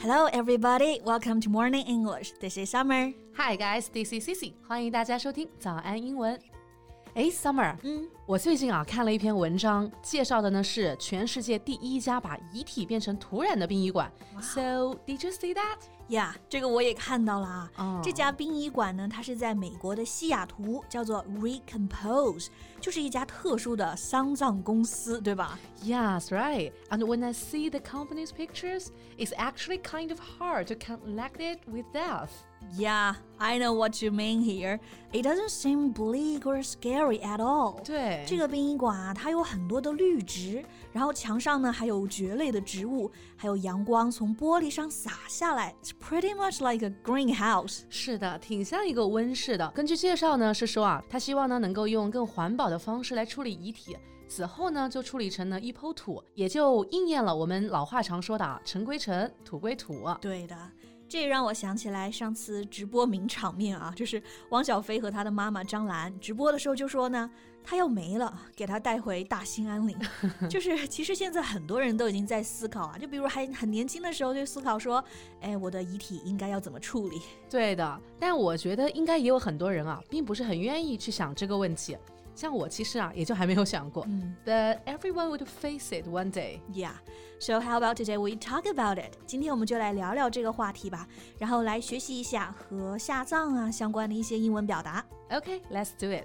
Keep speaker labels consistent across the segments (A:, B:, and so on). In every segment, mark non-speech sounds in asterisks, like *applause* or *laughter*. A: Hello, everybody. Welcome to Morning English. This is Summer.
B: Hi guys, this is Cici，欢迎大家收听早安英文。哎，Summer，
A: 嗯，
B: 我最近啊看了一篇文章，介绍的呢是全世界第一家把遗体变成土壤的殡仪馆。So did you see that？
A: 呀、这个我也看到了啊。
B: 哦
A: 这家殡仪馆呢，它是在美国的西雅图，叫做 Recompose，就是一家特殊的丧葬公司，对吧？
B: Yes, right. And when I see the company's pictures, it's actually kind of hard to connect it with death.
A: Yeah, I know what you mean here. It doesn't seem bleak or scary at all.
B: 对
A: 这个殡仪馆啊，它有很多的绿植，然后墙上呢还有蕨类的植物，还有阳光从玻璃上洒下来，It's pretty much like a greenhouse.
B: 是的，挺像一个温室的。根据介绍呢，是说啊，他希望呢能够用更环保的方式来处理遗体，此后呢就处理成呢一抔土，也就应验了我们老话常说的啊，尘归尘，土归土。
A: 对的，这也让我想起来上次直播名场面啊，就是汪小菲和他的妈妈张兰直播的时候就说呢，他要没了，给他带回大兴安岭。就是其实现在很多人都已经在思考啊，就比如还很年轻的时候就思考说，哎，我的遗体应该要怎么处理？
B: 对的，但我觉得应该也有很多人啊，并不是很愿意去想这个问题。像我其实啊，也就还没有想过。
A: 嗯
B: But everyone would face it one day。
A: Yeah, so how about today we talk about it？今天我们就来聊聊这个话题吧，然后来学习一下和下葬啊相关的一些英文表达。
B: Okay, let's do it。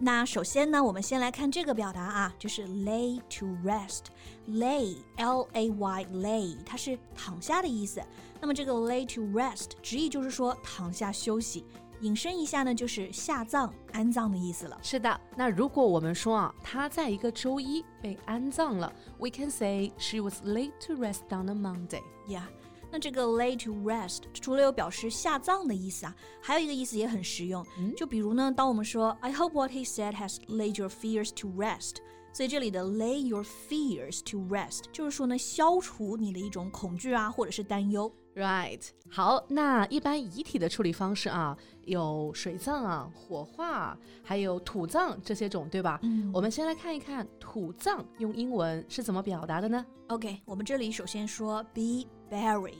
A: 那首先呢，我们先来看这个表达啊，就是 lay to rest。lay l a y lay，它是躺下的意思。那么这个 lay to rest 直译就是说躺下休息，引申一下呢，就是下葬、安葬的意思了。
B: 是的，那如果我们说啊，她在一个周一被安葬了，we can say she was laid to rest on a Monday。
A: 呀、那这个 lay to rest 除了有表示下葬的意思啊，还有一个意思也很实用。就比如呢，当我们说 I hope what he said has laid your fears to rest，所以这里的 lay your fears to rest 就是说呢，消除你的一种恐惧啊，或者是担忧。
B: Right，好，那一般遗体的处理方式啊，有水葬啊、火化啊，还有土葬这些种，对吧？
A: 嗯
B: 我们先来看一看土葬用英文是怎么表达的呢？
A: OK，我们这里首先说 be buried。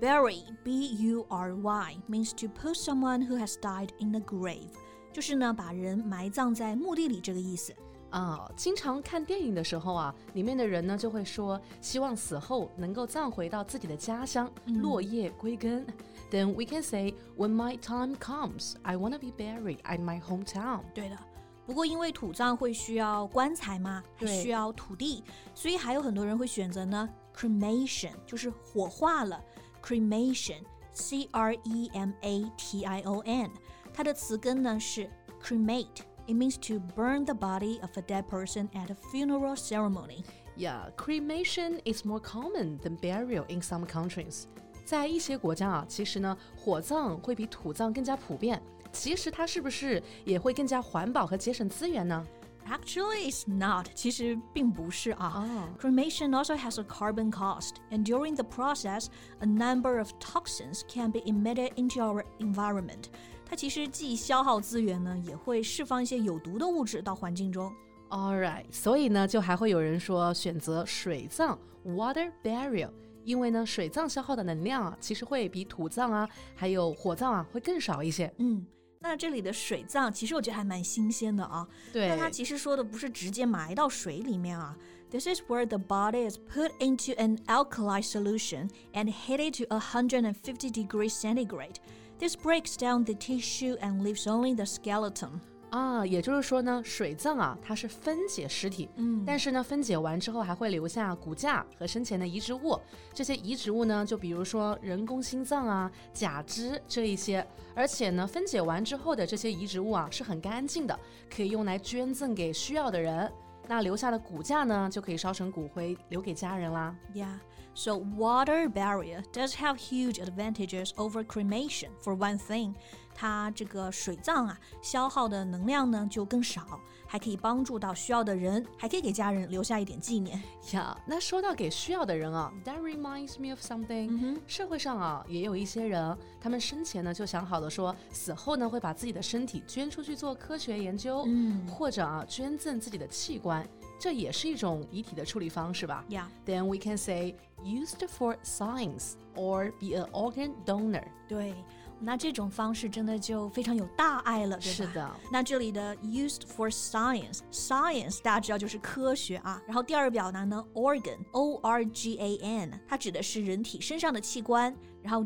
A: Bury, b u r y, means to put someone who has died in a grave，就是呢把人埋葬在墓地里这个意思。
B: 啊、经常看电影的时候啊，里面的人呢就会说，希望死后能够葬回到自己的家乡，落叶归根。Then we can say, when my time comes, I wanna be buried at my hometown.
A: 对的。不过因为土葬会需要棺材嘛，还
B: 对
A: 需要土地，所以还有很多人会选择呢 cremation，就是火化了 cremation。C R E M A T I O N，它的词根呢是 cremate。It means to burn the body of a dead person at a funeral ceremony.
B: Yeah, cremation is more common than burial in some countries. 在一些国家啊，其实呢，火葬会比土葬更加普遍。其实它是不是也会更加环保和节省资源呢？
A: Actually, it's not. 其实并不是啊。
B: 哦
A: Cremation also has a carbon cost, and during the process, a number of toxins can be emitted into our environment. 它其实既消耗资源呢，也会释放一些有毒的物质到环境中。
B: All right，所以呢，就还会有人说选择水葬 （water burial），因为呢，水葬消耗的能量啊，其实会比土葬啊，还有火葬啊，会更少一些。
A: 嗯，那这里的水葬，其实我觉得还蛮新鲜的啊。
B: 对
A: 但它其实说的不是直接埋到水里面啊。This is where the body is put into an alkali solution and heated to 150 degrees centigrade. This breaks down the tissue and leaves only the skeleton.
B: 啊，也就是说呢，水葬啊，它是分解尸体，嗯，但是呢，分解完之后还会留下骨架和生前的移植物。这些移植物呢，就比如说人工心脏啊、假肢这一些。而且呢，分解完之后的这些移植物啊，是很干净的，可以用来捐赠给需要的人。那留下的骨架呢，就可以烧成骨灰，留给家人啦。
A: Yeah, so water barrier does have huge advantages over cremation, for one thing. 它这个水葬啊，消耗的能量呢就更少，还可以帮助到需要的人，还可以给家人留下一点纪念。
B: 呀、那说到给需要的人啊，That reminds me of something、
A: 嗯哼，
B: 社会上啊，也有一些人，他们生前呢就想好了说，死后呢会把自己的身体捐出去做科学研究，
A: 嗯
B: 或者啊捐赠自己的器官，这也是一种遗体的处理方式吧。
A: 呀
B: Then we can say used for science or be an organ donor。
A: 对，那这种方式真的就非常有大爱了，对吧？
B: 是。的，
A: 那这里的 used for science，science 大家知道就是科学啊。然后第二表达呢，organ，o r g a n，它指的是人体身上的器官。然后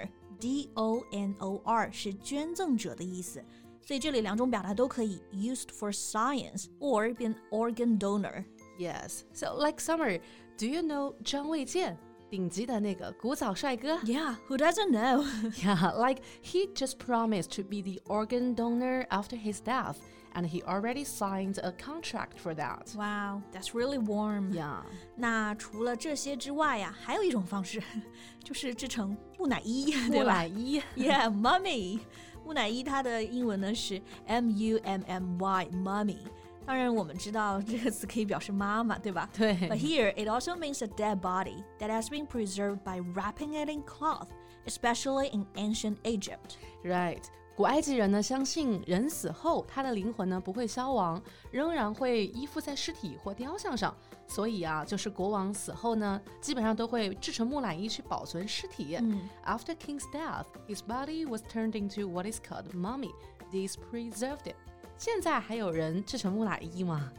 A: donor，d o n o r 是捐赠者的意思。所以这里两种表达都可以 used for science or be an organ donor。
B: Yes. So, like summer, do you know 张卫健，顶级的那个古早帅哥
A: Yeah，who doesn't
B: *laughs*
A: know？
B: ？Yeah, like he just promised to be the organ donor after his death, and he already signed a contract for that.
A: Wow，that's really warm。
B: Yeah.
A: 那除了这些之外呀，还有一种方式， *laughs* 就是制成木乃伊， *laughs* 对
B: 木
A: 吧？
B: 乃伊
A: Yeah, mummy。木乃伊它的英文呢是 M U M M Y mummy。当然，我们知道这个词可以表示妈妈，对吧？
B: 对
A: But here it also means a dead body that has been preserved by wrapping it in cloth, especially in ancient Egypt.
B: Right. 古埃及人呢，相信人死后，他的灵魂呢不会消亡，仍然会依附在尸体或雕像上。所以啊，就是国王死后呢，基本上都会制成木乃伊去保存尸体。After king's death, his body was turned into what is called mummy. These preserved it. 现在还有人制成木乃伊吗？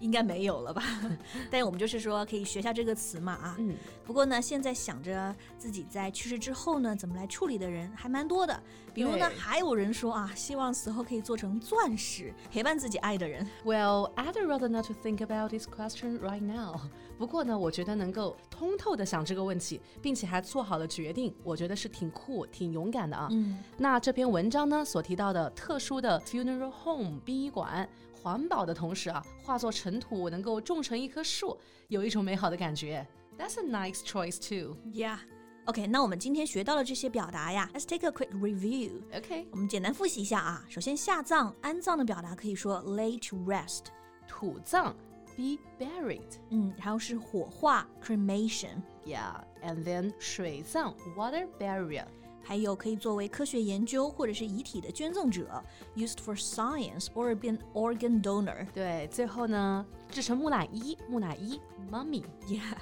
A: 应该没有了吧？ *laughs* 但我们就是说可以学下这个词嘛啊。
B: 嗯
A: 不过呢，现在想着自己在去世之后呢，怎么来处理的人还蛮多的。比如呢，
B: 对
A: 还有人说啊，希望死后可以做成钻石，陪伴自己爱的人。
B: Well, I'd rather not to think about this question right now. *laughs* 不过呢，我觉得能够通透的想这个问题，并且还做好了决定，我觉得是挺酷、挺勇敢的啊。
A: 嗯，
B: 那这篇文章呢所提到的特殊的 funeral home 殡仪馆，环保的同时啊，化作尘土能够种成一棵树，有一种美好的感觉。That's a nice choice too.
A: Yeah. *laughs* OK，那我们今天学到了这些表达呀，Let's take a quick review。
B: OK，
A: 我们简单复习一下啊。首先，下葬、安葬的表达可以说 lay to rest，
B: 土葬 be buried.
A: 嗯，然后是火化 cremation，
B: Yeah, and then 水葬 water barrier.
A: 还有可以作为科学研究或者是遗体的捐赠者，used for science or be an organ donor。
B: 对，最后呢，制成木乃伊，木乃伊 mummy。
A: Yeah.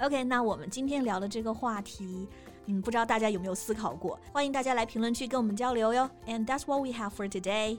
A: OK，那我们今天聊的这个话题，嗯，不知道大家有没有思考过？欢迎大家来评论区跟我们交流哟。And that's what we have for today.